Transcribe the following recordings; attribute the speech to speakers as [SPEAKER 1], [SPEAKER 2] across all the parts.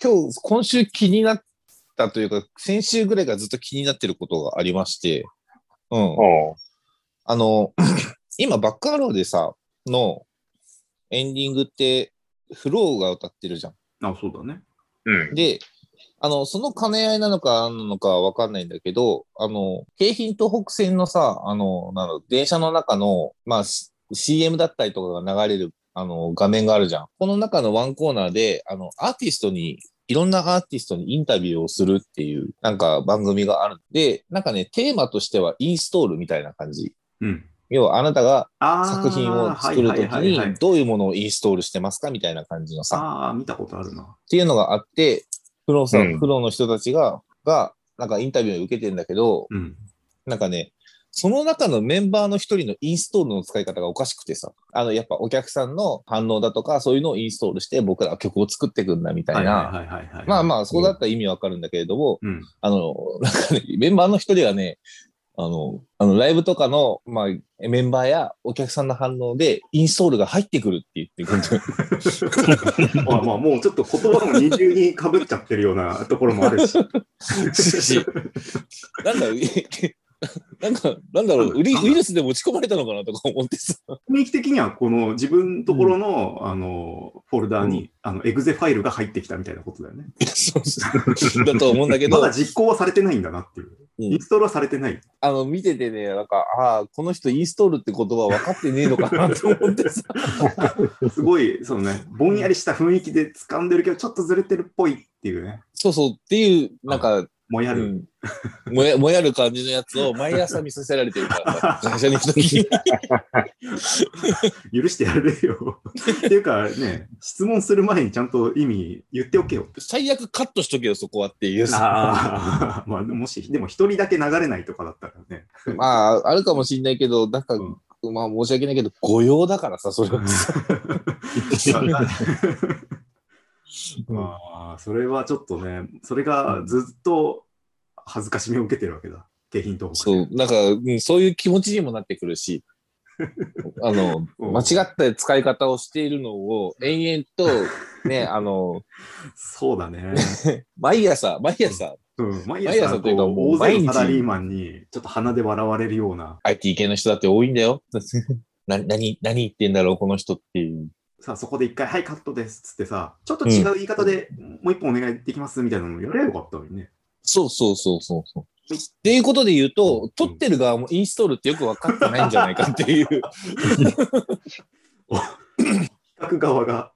[SPEAKER 1] 今日、今週気になったというか、先週ぐらいからずっと気になってることがありまして、うん。
[SPEAKER 2] うん。
[SPEAKER 1] あの、 今、バックアローでさ、のエンディングって、フローが歌ってるじゃん。
[SPEAKER 3] あ、そうだね。
[SPEAKER 2] うん。
[SPEAKER 1] で、あの、その兼ね合いなのか、なのかはわかんないんだけど、あの、京浜東北線のさ、あの、なの電車の中の、まあ、C- CM だったりとかが流れる、あの、画面があるじゃん。この中のワンコーナーで、あの、アーティストに、いろんなアーティストにインタビューをするっていう、なんか番組がある。で、なんかね、テーマとしてはインストールみたいな感じ。
[SPEAKER 3] うん。
[SPEAKER 1] 要は、あなたが
[SPEAKER 3] あー
[SPEAKER 1] 作品を作るとき
[SPEAKER 3] はいはいはいは
[SPEAKER 1] に
[SPEAKER 3] い、
[SPEAKER 1] どういうものをインストールしてますかみたいな感じのさ。
[SPEAKER 3] ああ、見たことあるな。
[SPEAKER 1] っていうのがあって、プロさ、
[SPEAKER 2] うん
[SPEAKER 1] プロの人たちが、が、なんかインタビューを受けてんだけど、
[SPEAKER 3] うん。
[SPEAKER 1] なんかね、その中のメンバーの一人のインストールの使い方がおかしくてさ、あの、やっぱお客さんの反応だとか、そういうのをインストールして、僕らは曲を作ってくんだみたいな。
[SPEAKER 3] はいはいはいはい。
[SPEAKER 1] まあまあ、そうだったら意味わかるんだけれども、
[SPEAKER 3] うん。
[SPEAKER 1] あの、なんかね、メンバーの一人がね、あの、あのライブとかの、まあ、メンバーやお客さんの反応で、インストールが入ってくるって言ってくるんだよ。
[SPEAKER 3] まあまあ、もうちょっと言葉も二重にかぶっちゃってるような ところもあるし。
[SPEAKER 1] なんだろう、 なんか、なんだろう、ウイウイルスで持ち込まれたのかなとか思ってさ。
[SPEAKER 3] 雰囲気的には、この自分のところの、あの、フォルダーに、あの、エグゼファイルが入ってきたみたいなことだよね。
[SPEAKER 1] そうそうだと思うんだけ
[SPEAKER 3] ま
[SPEAKER 1] ど、
[SPEAKER 3] だ実行はされてないんだなっていう。
[SPEAKER 1] うん
[SPEAKER 3] インストールはされてない。
[SPEAKER 1] あの、見ててね、なんか、ああ、この人インストールって言葉分かってねえのかなと思ってさ。
[SPEAKER 3] すごい、そのね、ぼんやりした雰囲気で掴んでるけど、ちょっとずれてるっぽいっていうね、
[SPEAKER 1] そうそうっていう、なんか、
[SPEAKER 3] もや
[SPEAKER 1] う
[SPEAKER 3] る。
[SPEAKER 1] ん、もやもやる感じのやつを毎朝見させられてるからさ、 会社に行くときに。
[SPEAKER 3] 許してやれよ。 っていうかね、質問する前にちゃんと意味言っておけよ。
[SPEAKER 1] 最悪カットしとけよ、そこはっていうさ。
[SPEAKER 3] ああ、 まあ、もし、でも一人だけ流れないとかだったらね。
[SPEAKER 1] まあ、あるかもしんないけど、なんか、まあ申し訳ないけど、御用だからさ、それ は。
[SPEAKER 3] まあ、それはちょっとね、それがずっと恥ずかしみを受けてるわけだ。景品と
[SPEAKER 1] そう、なんか、うん、そういう気持ちにもなってくる し、あの、
[SPEAKER 3] うん
[SPEAKER 1] 間違った使い方をしているのを延々と、ね、あの、
[SPEAKER 3] そうだね。
[SPEAKER 1] 毎朝、毎朝、
[SPEAKER 3] うん、毎
[SPEAKER 1] 毎
[SPEAKER 3] 朝
[SPEAKER 1] 朝というか
[SPEAKER 3] こ
[SPEAKER 1] もう
[SPEAKER 3] う大勢
[SPEAKER 1] 毎日
[SPEAKER 3] のサラリーマンにちょっと鼻で笑われるような
[SPEAKER 1] IT 系の人だって多いんだよ。 な、何、何言ってんだろう、この人っていう。
[SPEAKER 3] さあそこで一回、はい、カットですっつってさ、ちょっと違う言い方で、もう一本お願いできますみたいなのやればよかったのにね。
[SPEAKER 1] そうそうそうそうそう。
[SPEAKER 3] はい
[SPEAKER 1] っていうことで言う
[SPEAKER 3] う
[SPEAKER 1] と
[SPEAKER 3] ん、
[SPEAKER 1] 撮ってる側もインストールってよく分かってないんじゃないかっていう。
[SPEAKER 3] 企画側が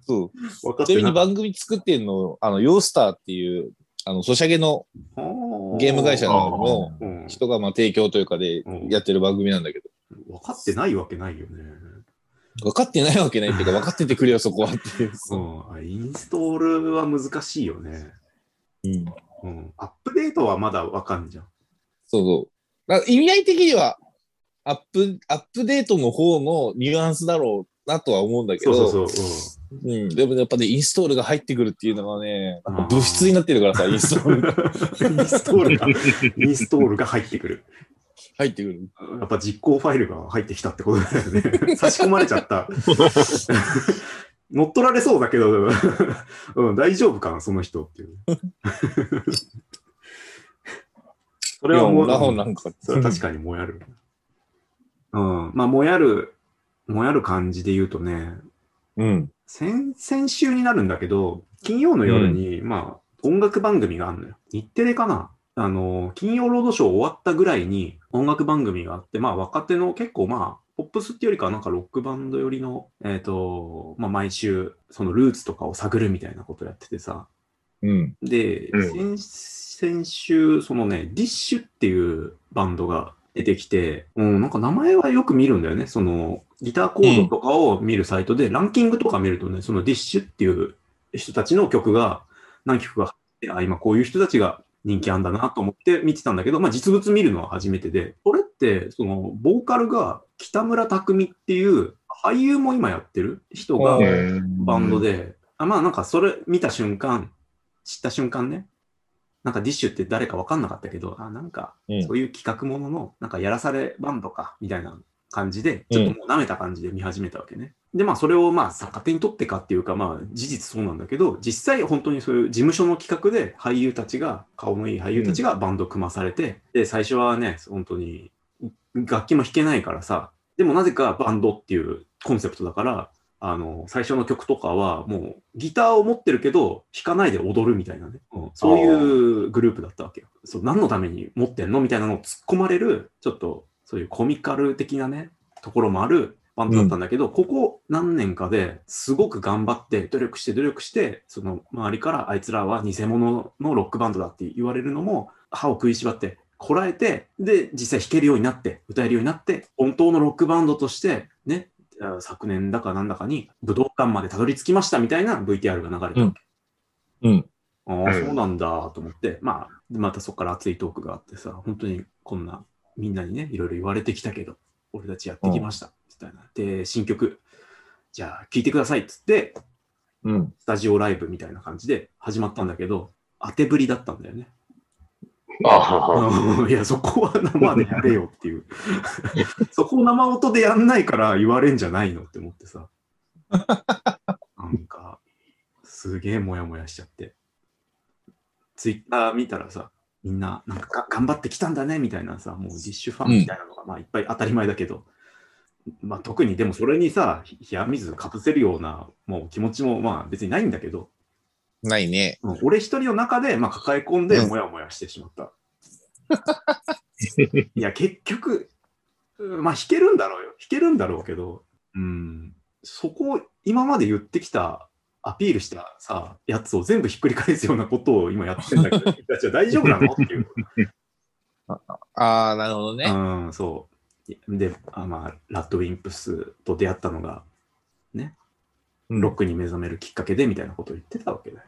[SPEAKER 1] そう。
[SPEAKER 3] 分かっ
[SPEAKER 1] ちな
[SPEAKER 3] て
[SPEAKER 1] み
[SPEAKER 3] な
[SPEAKER 1] に
[SPEAKER 3] い。
[SPEAKER 1] 番組作ってるの、あの、ヨースターっていう、あの、ソシャゲのゲーム会社の
[SPEAKER 3] うん
[SPEAKER 1] 人が、まあ、提供というかでやってる番組なんだけど、
[SPEAKER 3] 分かってないわけないよね。
[SPEAKER 1] 分かってないわけないっていうか、分かっててくれよ、そこはっていう。
[SPEAKER 3] うん、あインストールは難しいよね。
[SPEAKER 1] うん
[SPEAKER 3] うん、アップデートはまだわかんじゃん。
[SPEAKER 1] そうそう。だから意味合い的には、アップ、アップデートの方のニュアンスだろうなとは思うんだけ
[SPEAKER 3] そ
[SPEAKER 1] ど、
[SPEAKER 3] うそうそう。
[SPEAKER 1] うん、でもやっぱね、インストールが入ってくるっていうのがね、なんか物質
[SPEAKER 3] あー
[SPEAKER 1] になってる からさ、インストールが
[SPEAKER 3] うん、インストールが、インストールが入ってくる。
[SPEAKER 1] 入ってくる。
[SPEAKER 3] やっぱ実行ファイルが入ってきたってことだよね。差し込まれちゃった。 乗っ取られそうだけど、 うん、大丈夫かな、その人っていう。 そ
[SPEAKER 1] こ
[SPEAKER 3] れはもう、
[SPEAKER 1] ラホンなんか。
[SPEAKER 3] それは確かにもやる。うん、まあ、もやる、もやる感じで言うとね、
[SPEAKER 1] うん。
[SPEAKER 3] 先先週になるんだけど、金曜の夜に、まあ、音楽番組があるのよ。日テレかなあの、金曜ロードショー終わったぐらいに音楽番組があって、まあ、若手の結構まあ、ポップスっていうよりかはなんかロックバンド寄りの、えっ、と、まあ、毎週、そのルーツとかを探るみたいなことやっててさ。
[SPEAKER 1] うん。
[SPEAKER 3] で、
[SPEAKER 2] う
[SPEAKER 3] 先先週、そのね、ディッシュっていうバンドが出てきて、うん、なんか名前はよく見るんだよね。その、ギターコードとかを見るサイトで、ランキングとか見るとね、そのディッシュっていう人たちの曲が、何曲か入って、あ、今こういう人たちが人気あんだなと思って見てたんだけど、まあ実物見るのは初めてで、これって、その、ボーカルが北村匠海っていう、俳優も今やってる人が、
[SPEAKER 1] うん
[SPEAKER 2] ん
[SPEAKER 3] バンド。で、あまあなんかそれ見た瞬間、知った瞬間ね、なんかディッシュって誰か分かんなかったけど、あなんか
[SPEAKER 1] うん
[SPEAKER 3] そういう企画ものの、なんかやらされバンドかみたいな感じで、
[SPEAKER 1] うん
[SPEAKER 3] ちょっともう舐めた感じで見始めたわけね。で、まあ、それをまあ、逆手に取ってかっていうか、まあ、事実そうなんだけど、実際、本当にそういう事務所の企画で、俳優たちが、顔のいい俳優たちがバンド組まされて、で、最初はね、本当に、楽器も弾けないからさ、でもなぜかバンドっていうコンセプトだから、あの、最初の曲とかは、もう、ギターを持ってるけど、弾かないで踊るみたいなね、うんそういうグループだったわけよ。そう、何のために持ってんのみたいなのを突っ込まれる、ちょっと、そういうコミカル的なね、ところもあるバンドだったんだけど、ここ何年かですごく頑張って努力して努力してその周りからあいつらは偽物のロックバンドだって言われるのも歯を食いしばってこらえてで実際弾けるようになって歌えるようになって本当のロックバンドとしてねあ昨年だかなんだかに武道館までたどり着きましたみたいな VTR が流れて
[SPEAKER 1] うん。
[SPEAKER 3] ああ、
[SPEAKER 2] うん
[SPEAKER 3] そうなんだと思って、まあ、またそこから熱いトークがあってさ、本当にこんな、みんなにね、いろいろ言われてきたけど、俺たちやってきました、みたいな。で、新曲、じゃあ聴いてくださいっつって、
[SPEAKER 1] うん。
[SPEAKER 3] スタジオライブみたいな感じで始まったんだけど、当てぶりだったんだよね。
[SPEAKER 2] ああ、
[SPEAKER 3] いや、そこは生でやれよっていう。そこを生音でやんないから言われんじゃないのって思ってさ。なんか、すげえモヤモヤしちゃって。ツイッター見たらさ、みんな、なんかが頑張ってきたんだねみたいなさ、もうディッシュファンみたいなのが、まあいっぱい当たり前だけど、まあ特にでもそれにさ、ひ冷や水かぶせるような、もう気持ちもまあ別にないんだけど、
[SPEAKER 1] ないね。
[SPEAKER 3] うん俺一人の中で、まあ、抱え込んで、
[SPEAKER 1] うん
[SPEAKER 3] もやもやしてしま った。いや、結局、うんまあ、弾けるんだろうよ。弾けるんだろうけど、うん、そこを今まで言ってきた、アピールしたさ、やつを全部ひっくり返すようなことを今やってんだけ ど、君たちは大丈夫なのっていう。
[SPEAKER 1] ああ、なるほど ね。
[SPEAKER 3] うん、そう。いやで、あまあ、ラッドウィンプスと出会ったのが、
[SPEAKER 1] うん
[SPEAKER 3] ロックに目覚めるきっかけで、みたいなことを言ってたわけだ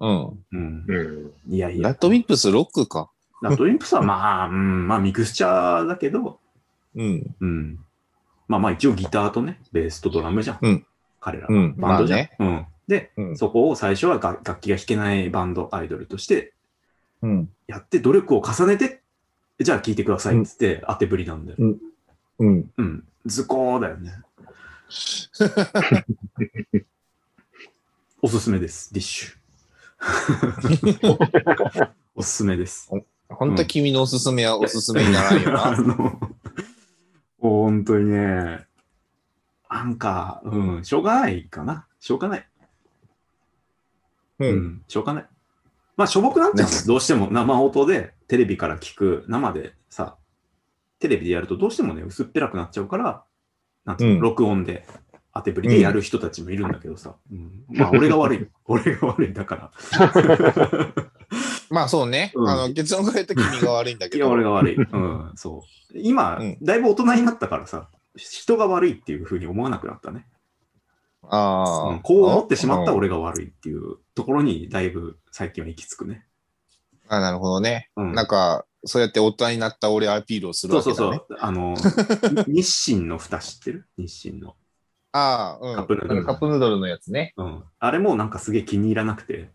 [SPEAKER 3] よ。
[SPEAKER 1] うん。
[SPEAKER 3] うん。
[SPEAKER 2] うん。
[SPEAKER 3] いやいや。
[SPEAKER 1] ラットウィップスロックか。
[SPEAKER 3] ラッドウィンプスはまあ、うん、まあミクスチャーだけど、
[SPEAKER 1] うん。
[SPEAKER 3] うん。まあまあ一応ギターとね、ベースとドラムじゃん。
[SPEAKER 1] うん
[SPEAKER 3] 彼ら
[SPEAKER 1] う。ん。
[SPEAKER 3] バ
[SPEAKER 1] ま
[SPEAKER 3] ン
[SPEAKER 1] あ
[SPEAKER 3] ドじゃん。
[SPEAKER 1] ね。
[SPEAKER 3] うん。で、
[SPEAKER 1] うん。
[SPEAKER 3] そこを最初はが楽器が弾けないバンド、アイドルとして
[SPEAKER 1] うん。
[SPEAKER 3] やって努力を重ねて、じゃあ聴いてくださいっつって当てぶりなんだよ。
[SPEAKER 1] うん。
[SPEAKER 3] うん。図工だ よね。おすすめです。ディッシュ。 おすすめです。
[SPEAKER 1] 本当君のおすすめはおすすめにならんよ
[SPEAKER 3] あ
[SPEAKER 1] な。
[SPEAKER 3] の、本当にね、なんか、うん、しょうがないかな。しょうがない。
[SPEAKER 1] う。
[SPEAKER 3] うんん、しょうがない。まあ、しょぼくなっちゃうんです。どうしても生音で、テレビから聞く、生でさ、テレビでやるとどうしてもね、薄っぺらくなっちゃうから、なんていうの
[SPEAKER 1] うん
[SPEAKER 3] 録音で、当てぶりでやる人たちもいるんだけどさ。うんまあ、俺が悪い。俺が悪い。だから。
[SPEAKER 1] まあそうね。
[SPEAKER 3] うん
[SPEAKER 1] あの、結論から言うと君が悪いんだけ
[SPEAKER 3] い
[SPEAKER 1] ど。
[SPEAKER 3] や、俺 が悪い。うん、そう。今、
[SPEAKER 1] うん
[SPEAKER 3] だいぶ大人になったからさ、人が悪いっていうふうに思わなくなったね。
[SPEAKER 1] あ
[SPEAKER 3] う
[SPEAKER 1] あ
[SPEAKER 3] ん。こう思ってしまった
[SPEAKER 1] うん
[SPEAKER 3] 俺が悪いっていうところに、だいぶ最近は行き着くね。
[SPEAKER 1] あ、なるほどね。
[SPEAKER 3] うん
[SPEAKER 1] なんか、そうやって大人になった俺アピールをする
[SPEAKER 3] そう
[SPEAKER 1] わけ
[SPEAKER 3] そう
[SPEAKER 1] だね。
[SPEAKER 3] そう。あ の、日清の蓋知ってる日清の。
[SPEAKER 1] ああ、うん。
[SPEAKER 3] カップヌードル
[SPEAKER 1] カップヌードルのやつね。
[SPEAKER 3] うん。あれもなんかすげえ気に入らなくて、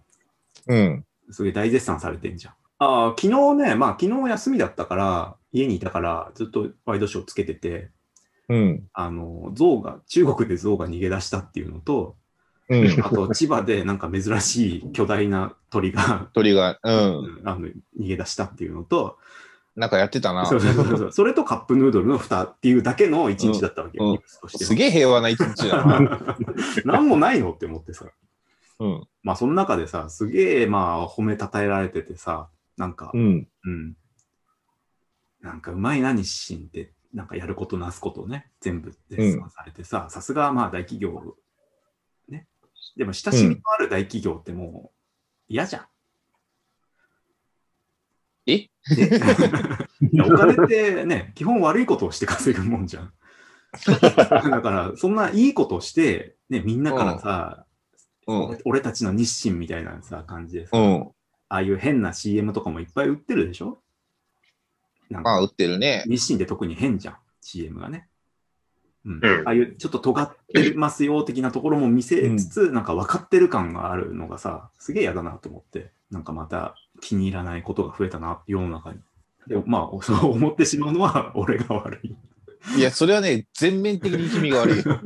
[SPEAKER 1] うん。
[SPEAKER 3] すげえ大絶賛されてんじゃん。ああ、昨日ね、まあ昨日休みだったから、家にいたからずっとワイドショーつけてて、
[SPEAKER 1] うん。
[SPEAKER 3] あの、象が、中国で象が逃げ出したっていうのと、
[SPEAKER 1] うん。
[SPEAKER 3] あと千葉でなんか珍しい巨大な鳥が
[SPEAKER 1] 鳥が、うん。
[SPEAKER 3] あの逃げ出したっていうのと、
[SPEAKER 1] なんかやってたな
[SPEAKER 3] そ。うそうそうそうそれとカップヌードルの蓋っていうだけの一日だったわけよ、
[SPEAKER 1] うん
[SPEAKER 3] ニュースとしては
[SPEAKER 1] す げえ平和な一日だな。
[SPEAKER 3] なんもないのって思ってさ。
[SPEAKER 1] うん。
[SPEAKER 3] まあ、その中でさ、すげえ、まあ、褒めたたえられててさ、なんか
[SPEAKER 1] う、ん。
[SPEAKER 3] うん。なんか、うまいな、日清って、なんかやることなすことね、全部絶賛されてさ、さすが、まあ、大企業、ね。でも、親しみのある大企業ってもう、嫌じゃん。
[SPEAKER 1] え
[SPEAKER 3] でいやお金ってね、基本悪いことをして稼ぐもん じゃん。だから、そんないいことをして、ね、みんなからさ、
[SPEAKER 1] うん
[SPEAKER 3] 俺。俺たちの日清みたいなさ感じでさ、
[SPEAKER 1] う
[SPEAKER 3] あ
[SPEAKER 1] ん。
[SPEAKER 3] あいう変な CM とかもいっぱい売ってるでしょなん
[SPEAKER 1] ま
[SPEAKER 3] か
[SPEAKER 1] あ、売ってるね。
[SPEAKER 3] 日清で特に変じゃん、CM がね。うん
[SPEAKER 2] うん
[SPEAKER 3] ああいうちょっと尖ってますよ的なところも見せつつ、なんか分かってる感があるのがさ、すげえ嫌だなと思って、なんかまた気に入らないことが増えたな、世の中に。でもまあ、そう思ってしまう のは俺が悪い。
[SPEAKER 1] いや、それはね、全面的に君が悪いよ。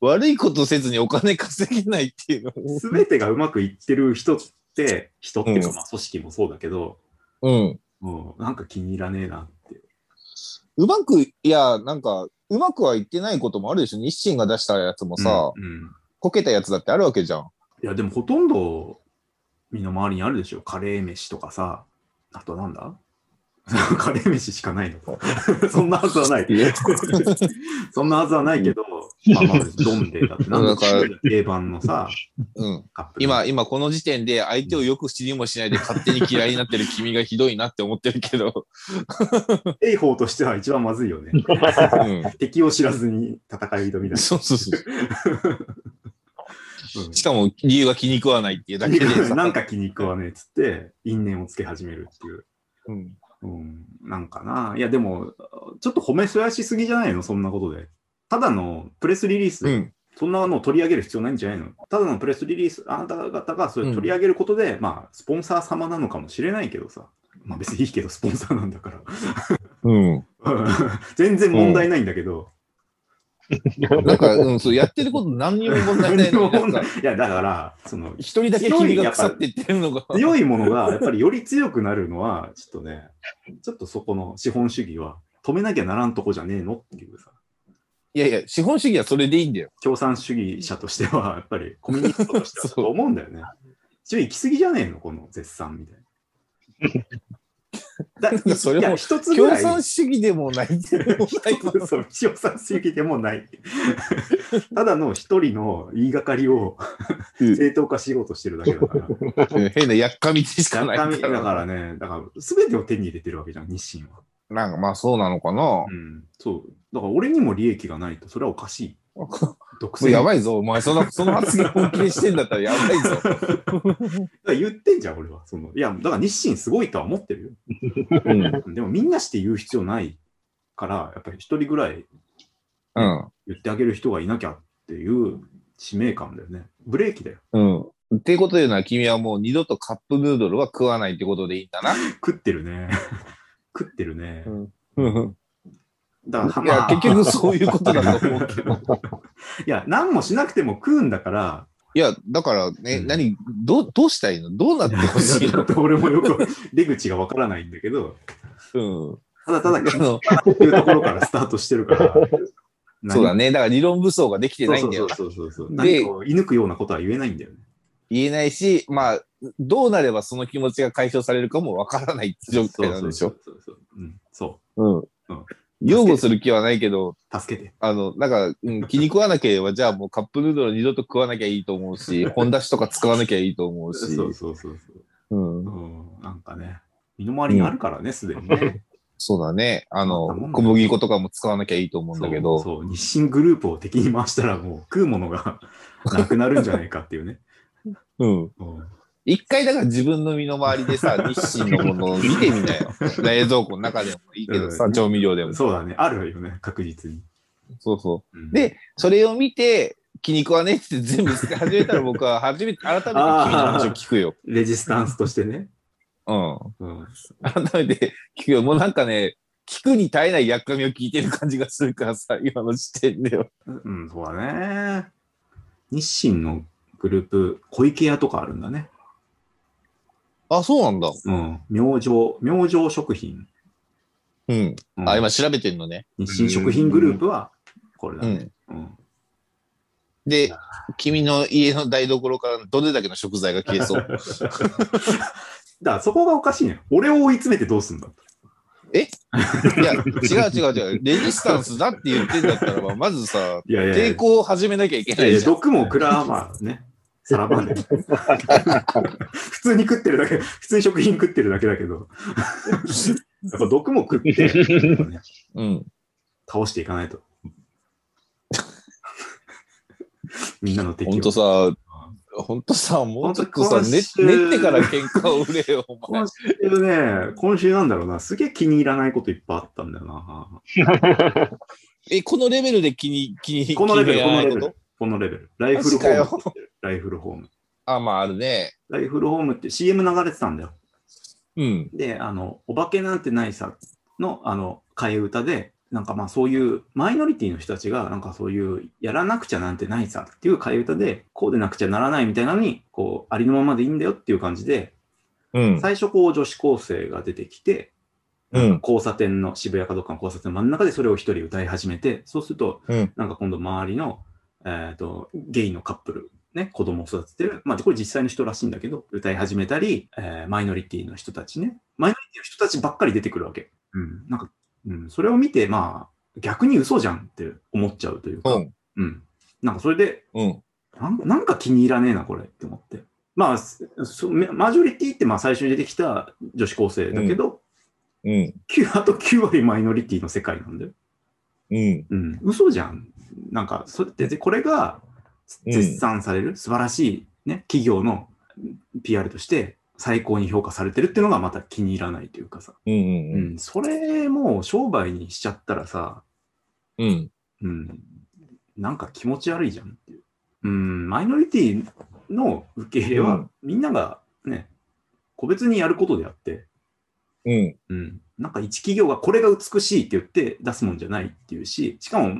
[SPEAKER 1] 悪いことせずにお金稼げないっていうのも。
[SPEAKER 3] すべてがうまくいってる人って、人っていうか、
[SPEAKER 1] うん
[SPEAKER 3] まあ組織もそうだけど、
[SPEAKER 1] うん。
[SPEAKER 3] もうなんか気に入らねえなって。
[SPEAKER 1] うまく、いや、なんか、うまくはいってないこともあるでしょ。日清が出したやつもさ、
[SPEAKER 3] うんうん
[SPEAKER 1] こけたやつだってあるわけじゃん。
[SPEAKER 3] いや、でもほとんど身の回りにあるでしょ。カレー飯とかさ。あとなん だカレー飯しかないのか。そんなはずはない。そんなはずはないけど、まあまあ、ドンデだって、なんだか定番のさ、
[SPEAKER 1] うん。
[SPEAKER 3] カップ
[SPEAKER 1] 今、今この時点で相手をよく知りもしないで勝手に嫌いになってる君がひどいなって思ってるけど。
[SPEAKER 3] 英法としては一番まずい よね。
[SPEAKER 1] う
[SPEAKER 3] 敵を知らずに戦い挑みだ
[SPEAKER 1] ん。
[SPEAKER 3] し。
[SPEAKER 1] そうそうそう。
[SPEAKER 3] うん
[SPEAKER 1] しかも理由が気に食わないっていうだけでさ。
[SPEAKER 3] なんか気に食わねえっつって、因縁をつけ始めるっていう。
[SPEAKER 1] うん。
[SPEAKER 3] うん、なんかな。いや、でも、ちょっと褒めそやしすぎじゃないのそんなことで。ただのプレスリリース、
[SPEAKER 1] うん。
[SPEAKER 3] そんなのを取り上げる必要ないんじゃないのただのプレスリリース、あなた方がそれ取り上げることで、まあ、スポンサー様なのかもしれないけどさ。まあ別にいいけど、スポンサーなんだから。
[SPEAKER 1] うん。
[SPEAKER 3] うん 全然問題ないんだけど。
[SPEAKER 1] なんか、うん、そう、やってること何にも問題ないのになんか
[SPEAKER 3] いや、だから、その、
[SPEAKER 1] 一人だけ君が腐っていってるのが。
[SPEAKER 3] 強いものがやっぱりより強くなるのは、ちょっとね、ちょっとそこの資本主義は止めなきゃならんとこじゃねえのっていうさ、
[SPEAKER 1] いやいや、資本主義はそれでいいんだよ。
[SPEAKER 3] 共産主義者としては、やっぱりコミュニスト としてはそう思うんだよね。一応行き過ぎじゃねえの、この絶賛みたいな。だ
[SPEAKER 1] か それも
[SPEAKER 3] いや一つぐ
[SPEAKER 1] 共
[SPEAKER 3] らい
[SPEAKER 1] 産主義でも ないけど
[SPEAKER 3] そう、共産主義でもない。 ただの一人の言いがかりを
[SPEAKER 1] うん
[SPEAKER 3] 正当化しようとしてるだけだ から。
[SPEAKER 1] 変なやっかみでしかない
[SPEAKER 3] だからね、だから全てを手に入れてるわけじゃん、日清は。
[SPEAKER 1] なんかまあそうなの かな。
[SPEAKER 3] うん、そう。だから俺にも利益がないと、それはおかしい。独
[SPEAKER 1] もうや
[SPEAKER 3] い。
[SPEAKER 1] ばいぞ、お前、そのそ の発言本気にしてんだったらやばいぞ。
[SPEAKER 3] だから言ってんじゃん、俺は。そのいや、だから日清すごいとは思ってる
[SPEAKER 1] うん。
[SPEAKER 3] よ。でもみんなして言う必要ないから、やっぱり一人ぐらい言ってあげる人がいなきゃっていう使命感だよね。ブレーキだよ。
[SPEAKER 1] うん。うん。っていうことで言うのは、君はもう二度とカップヌードルは食わないってことでいいんだな。
[SPEAKER 3] 食ってるね。 食ってるね。
[SPEAKER 1] うん。
[SPEAKER 3] だか
[SPEAKER 1] い
[SPEAKER 3] ら、
[SPEAKER 1] や、
[SPEAKER 3] まあ
[SPEAKER 1] 結局そういうことだと思う けど。
[SPEAKER 3] いや、何もしなくても食うんだから、
[SPEAKER 1] いや、だからね、
[SPEAKER 3] うん
[SPEAKER 1] 何、どう、どうしたいのどうなってほしい
[SPEAKER 3] ちょ
[SPEAKER 1] の
[SPEAKER 3] っ と俺もよく出口がわからないんだけど、
[SPEAKER 1] うん。
[SPEAKER 3] ただただ
[SPEAKER 1] あの、
[SPEAKER 3] っていうところからスタートしてるから。
[SPEAKER 1] そうだ
[SPEAKER 3] ね。
[SPEAKER 1] ね。だから理論武装ができて
[SPEAKER 3] そ
[SPEAKER 1] な
[SPEAKER 3] う
[SPEAKER 1] い
[SPEAKER 3] そ
[SPEAKER 1] ん
[SPEAKER 3] う
[SPEAKER 1] だよ
[SPEAKER 3] そう
[SPEAKER 1] な。
[SPEAKER 3] そうそうそう。
[SPEAKER 1] で
[SPEAKER 3] 何かを射抜くようなことは言えないんだよね。
[SPEAKER 1] 言えないし、まあ、どうなればその気持ちが解消されるかもわからないって状態なんでしょ。
[SPEAKER 3] そうそうそうそう。うん、そ
[SPEAKER 1] うん
[SPEAKER 3] うん。
[SPEAKER 1] 擁護する気はないけど、
[SPEAKER 3] う。助けて。
[SPEAKER 1] あの、なんか、うん、気に食わなければ、じゃあもうカップヌードル二度と食わなきゃいいと思うし、本出しとか使わなきゃいいと思う
[SPEAKER 3] そ
[SPEAKER 1] し、
[SPEAKER 3] うそうそう
[SPEAKER 1] うん
[SPEAKER 3] そ、う。うん、なんかね。身の回りにあるからね、すでにね。
[SPEAKER 1] そうだね。あの
[SPEAKER 3] そんなもん、だ
[SPEAKER 1] 小麦粉とかも使わなきゃいいと思うんだけど、
[SPEAKER 3] そうそう。日清グループを敵に回したらもう食うものが なくなるんじゃないかっていうね。
[SPEAKER 1] うん。
[SPEAKER 3] うん
[SPEAKER 1] 一回だから自分の身の回りでさ、日清のものを見てみなよ。冷蔵庫の中でもいいけど
[SPEAKER 3] う
[SPEAKER 1] さ、
[SPEAKER 3] ん
[SPEAKER 1] 調味料でも。
[SPEAKER 3] そうだね。あるよね、確実に。
[SPEAKER 1] そうそう。
[SPEAKER 3] うん
[SPEAKER 1] で、それを見て、気に食わねえって全部捨て始めたら、僕は初めて、改めて君の話を聞くよ。
[SPEAKER 3] レジスタンスとしてね。
[SPEAKER 1] うん。
[SPEAKER 3] うん、
[SPEAKER 1] 改めて聞くよ。もうなんかね、聞くに耐えないやっかみを聞いてる感じがするからさ、 今の時点では。
[SPEAKER 3] うん、そうだね。日清のグループ、小池屋とかあるんだね。
[SPEAKER 1] あ、そうなんだ。
[SPEAKER 3] うん。明星、明星食品。
[SPEAKER 1] うん。
[SPEAKER 3] うん
[SPEAKER 1] あ、今調べてんのね。
[SPEAKER 3] 日清食品グループは、これだ
[SPEAKER 1] う
[SPEAKER 3] ね。
[SPEAKER 1] ん。
[SPEAKER 3] うん。
[SPEAKER 1] で、君の家の台所からどれだけの食材が消え そう。
[SPEAKER 3] だからそこがおかしいね。俺を追い詰めてどうすんだ
[SPEAKER 1] いや、違う違う違う。レジスタンスだって言ってんだったら ば、まずさ、
[SPEAKER 3] いやいやいや
[SPEAKER 1] 抵抗を始めなきゃいけ
[SPEAKER 3] い
[SPEAKER 1] な
[SPEAKER 3] やい
[SPEAKER 1] い
[SPEAKER 3] や
[SPEAKER 1] じゃん。
[SPEAKER 3] 毒も蔵はまあ ね。さらばね。普通に食ってるだけ、普通に食品食ってるだけだけど。やっぱ毒も食って、やっぱね
[SPEAKER 1] うん。
[SPEAKER 3] 倒していかないと。みんなの敵を。
[SPEAKER 1] ほんとさ、ほんとさ、もうちょっとさ、
[SPEAKER 3] ほんと
[SPEAKER 1] 練
[SPEAKER 3] 今週
[SPEAKER 1] 練ってから喧嘩を売れよ、お前
[SPEAKER 3] 今。週ね、今週なんだろうな、すげえ気に入らないこといっぱいあったんだよな。
[SPEAKER 1] え、このレベルで気に、気に、
[SPEAKER 3] このレベル、
[SPEAKER 1] 気
[SPEAKER 3] こ
[SPEAKER 1] に
[SPEAKER 3] の
[SPEAKER 1] 入ら
[SPEAKER 3] レ
[SPEAKER 1] ないこ
[SPEAKER 3] ベ
[SPEAKER 1] と
[SPEAKER 3] ル、このレベル。ライフルホーム。ライフルホーム。
[SPEAKER 1] あ、まああるね。
[SPEAKER 3] ライフルホームって CM 流れてたんだよ。
[SPEAKER 1] うん。
[SPEAKER 3] で、あの、お化けなんてないさの、あの、替え歌で、なんかまあそういうマイノリティの人たちがなんかそういうやらなくちゃなんてないさっていう替え歌でこうでなくちゃならないみたいなのにこうありのままでいいんだよっていう感じで
[SPEAKER 1] うん。
[SPEAKER 3] 最初こう女子高生が出てきて
[SPEAKER 1] うん。
[SPEAKER 3] 交差点の渋谷かどっかの交差点の真ん中でそれを一人歌い始めてそうすると
[SPEAKER 1] うん。
[SPEAKER 3] なんか今度周りの、えー、とゲイのカップル、ね、子供を育ててる、まあ、これ実際の人らしいんだけど、歌い始めたり、えーマイノリティの人たちね、マイノリティの人たちばっかり出てくるわけ。うん、なんか、うん、それを見て、まあ、逆に嘘じゃんって思っちゃうというか、
[SPEAKER 1] うん。
[SPEAKER 3] うん、なんかそれで
[SPEAKER 1] うん。
[SPEAKER 3] なん、なんか気に入らねえな、これって思って。まあ、そマジョリティってまあ最初に出てきた女子高生だけど、
[SPEAKER 1] うん。
[SPEAKER 3] 9あと9割マイノリティの世界なんだよ。
[SPEAKER 1] うん。
[SPEAKER 3] うん、嘘じゃん。なんか、それって、でこれが
[SPEAKER 1] うん
[SPEAKER 3] 絶賛される、素晴らしい、ね、企業のうん PR として最高に評価されてるっていうのがまた気に入らないというかさ、
[SPEAKER 1] うん。
[SPEAKER 3] う
[SPEAKER 1] うん
[SPEAKER 3] ん、それもう商売にしちゃったらさ、
[SPEAKER 1] うん。
[SPEAKER 3] うん、なんか気持ち悪いじゃんっていう。うん、マイノリティの受け入れ
[SPEAKER 1] う
[SPEAKER 3] は
[SPEAKER 1] ん
[SPEAKER 3] みんながね、個別にやることであって、
[SPEAKER 1] うん。
[SPEAKER 3] うん、なんか一企業がこれが美しいって言って出すもんじゃないっていうし、しかも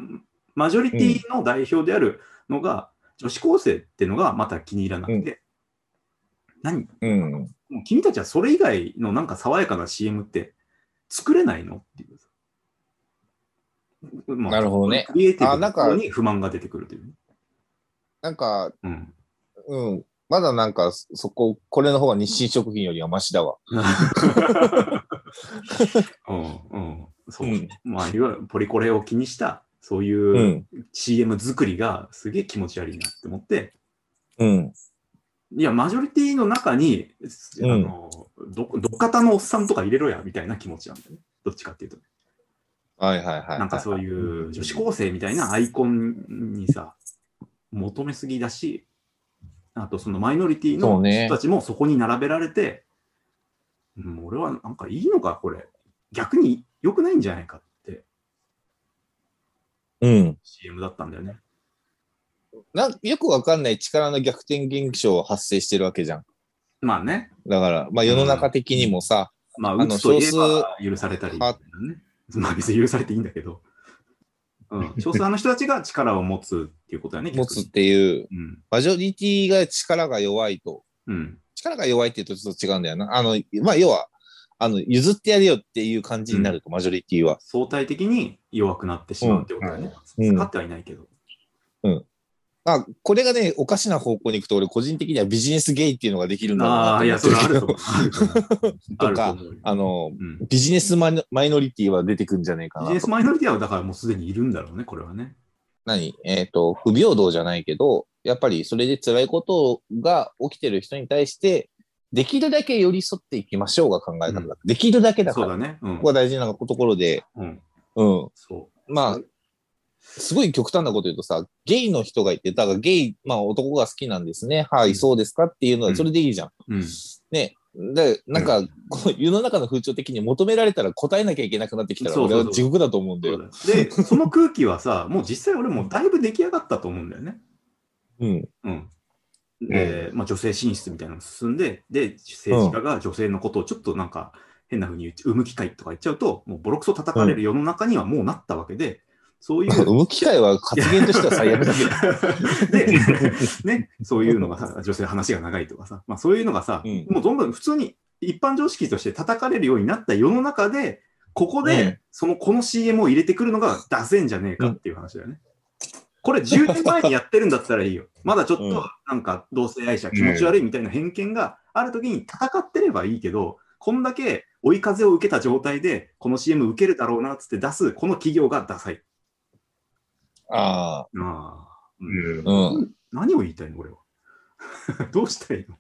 [SPEAKER 3] マジョリティの代表であるのが、女子高生ってのがまた気に入らなくて、何
[SPEAKER 1] うん。
[SPEAKER 3] もう君たちはそれ以外のなんか爽やかな CM って作れないのっていう。ま
[SPEAKER 1] なるほどね
[SPEAKER 3] クリエイティブ
[SPEAKER 1] あな
[SPEAKER 3] なん
[SPEAKER 1] か
[SPEAKER 3] に不満が出てくるというね。
[SPEAKER 1] なんか、
[SPEAKER 3] うん。
[SPEAKER 1] うん。まだなんか、そこ、これの方が日清食品よりはマシだわ。
[SPEAKER 3] うんうん。そう。
[SPEAKER 1] うん。
[SPEAKER 3] まあ、いわゆるポリコレを気にした、そういううん CM 作りがすげえ気持ち悪いなって思って、
[SPEAKER 1] うん。
[SPEAKER 3] いや、マジョリティの中に、
[SPEAKER 1] うん
[SPEAKER 3] あの、ど、どっかたのおっさんとか入れろや、みたいな気持ちなんだよね。どっちかっていうと。
[SPEAKER 1] はいはいはい。
[SPEAKER 3] なんかそうい
[SPEAKER 1] うん
[SPEAKER 3] う女子高生みたいなアイコンにさ、求めすぎだし、あとそのマイノリティ
[SPEAKER 1] そう
[SPEAKER 3] の
[SPEAKER 1] ね
[SPEAKER 3] 人たちもそこに並べられて、うん俺はなんかいいのか、これ。逆に良くないんじゃないかって
[SPEAKER 1] うん。
[SPEAKER 3] CM だったんだよね。
[SPEAKER 1] なんよくわかんない力の逆転現象を発生してるわけじゃん。
[SPEAKER 3] まあね、
[SPEAKER 1] だから、まあ世の中的にもさ、
[SPEAKER 3] まあ、
[SPEAKER 1] の
[SPEAKER 3] 打つといえ
[SPEAKER 1] 少
[SPEAKER 3] ば許されたり、
[SPEAKER 1] は
[SPEAKER 3] ね、まあ別に許されていいんだけど、 うん、少数派の人たちが力を持つっていうことだね、
[SPEAKER 1] 持つっ
[SPEAKER 3] 逆に
[SPEAKER 1] ていう、
[SPEAKER 3] うん。
[SPEAKER 1] マジョリティが力が弱いと、
[SPEAKER 3] うん。
[SPEAKER 1] 力が弱いって言うとちょっと違うんだよな。あの、まあ要は、あの、譲ってやれよっていう感じになると、マジョリティは。
[SPEAKER 3] 相対的に弱くなってしまうってことだね。
[SPEAKER 1] うん
[SPEAKER 3] 勝ってはいないけど。
[SPEAKER 1] まあ、これがね、おかしな方向に行くと、俺個人的にはビジネスゲイっていうのができるんだろうなと
[SPEAKER 3] あ
[SPEAKER 1] 思っ
[SPEAKER 3] あ、
[SPEAKER 1] てる
[SPEAKER 3] いや、それはあると
[SPEAKER 1] けど
[SPEAKER 3] 思う。あると思う
[SPEAKER 1] とか
[SPEAKER 3] あると思うよ
[SPEAKER 1] あの、
[SPEAKER 3] うん
[SPEAKER 1] ビジネスマイノマイノリティは出てくんじゃねえか
[SPEAKER 3] ビ
[SPEAKER 1] な
[SPEAKER 3] ジ
[SPEAKER 1] と
[SPEAKER 3] ネスマイノリティはだからもうすでにいるんだろうね、これはね。
[SPEAKER 1] 何えっ、と、不平等じゃないけど、やっぱりそれで辛いことが起きてる人に対して、できるだけ寄り添っていきましょうが考え方だ。
[SPEAKER 3] うん
[SPEAKER 1] できるだけだか
[SPEAKER 3] そう
[SPEAKER 1] ら。
[SPEAKER 3] だね。うん
[SPEAKER 1] ここ。が大事なところで、
[SPEAKER 3] うん、
[SPEAKER 1] うん。
[SPEAKER 3] そ
[SPEAKER 1] まあ、すごい極端なこと言うとさ、ゲイの人がいて、だからゲイ、まあ男が好きなんですね。は
[SPEAKER 3] う
[SPEAKER 1] い、
[SPEAKER 3] ん
[SPEAKER 1] そうですかっていうの
[SPEAKER 3] う
[SPEAKER 1] は、
[SPEAKER 3] ん
[SPEAKER 1] それでいいじゃん。
[SPEAKER 3] う。うん。
[SPEAKER 1] ね。で、なんか、この世の中の風潮的に求められたら答えなきゃいけなくなってきたら、
[SPEAKER 3] そうそう
[SPEAKER 1] 俺
[SPEAKER 3] そう
[SPEAKER 1] は地獄だと思うんだよ。
[SPEAKER 3] そうだよで、その空気はさ、もう実際俺もうだいぶ出来上がったと思うんだよね。
[SPEAKER 1] うん。
[SPEAKER 3] うん。で、まあ、女性進出みたいなのが進んで、で、政治家が女性のことをちょっとなんか変な風に言って、産む機会とか言っちゃうと、もうボロクソ叩かれる世の中にはもうなったわけで、そうい う
[SPEAKER 1] 産む機会は発言としては最悪だけど。
[SPEAKER 3] で、ね、そういうの がさ、女性の話が長いとかさ、まあ、そういうのがさ、
[SPEAKER 1] うん
[SPEAKER 3] もうどんどん普通に一般常識として叩かれるようになった世の中で、ここで、
[SPEAKER 1] うん
[SPEAKER 3] そのこの CM を入れてくるのが出せんじゃねえかっていう話だよね。これ10年前にやってるんだったらいいよ。まだちょっ
[SPEAKER 1] うん
[SPEAKER 3] となんか同性愛者気持ち悪いみたいな偏見がある時に戦ってればいいけど、こんだけ追い風を受けた状態でこの CM 受けるだろうなっつって出すこの企業がダサい。
[SPEAKER 1] ああ。
[SPEAKER 3] ああ、うん
[SPEAKER 2] うん
[SPEAKER 1] うん。
[SPEAKER 3] 何を言いたいの俺は。どうしたいの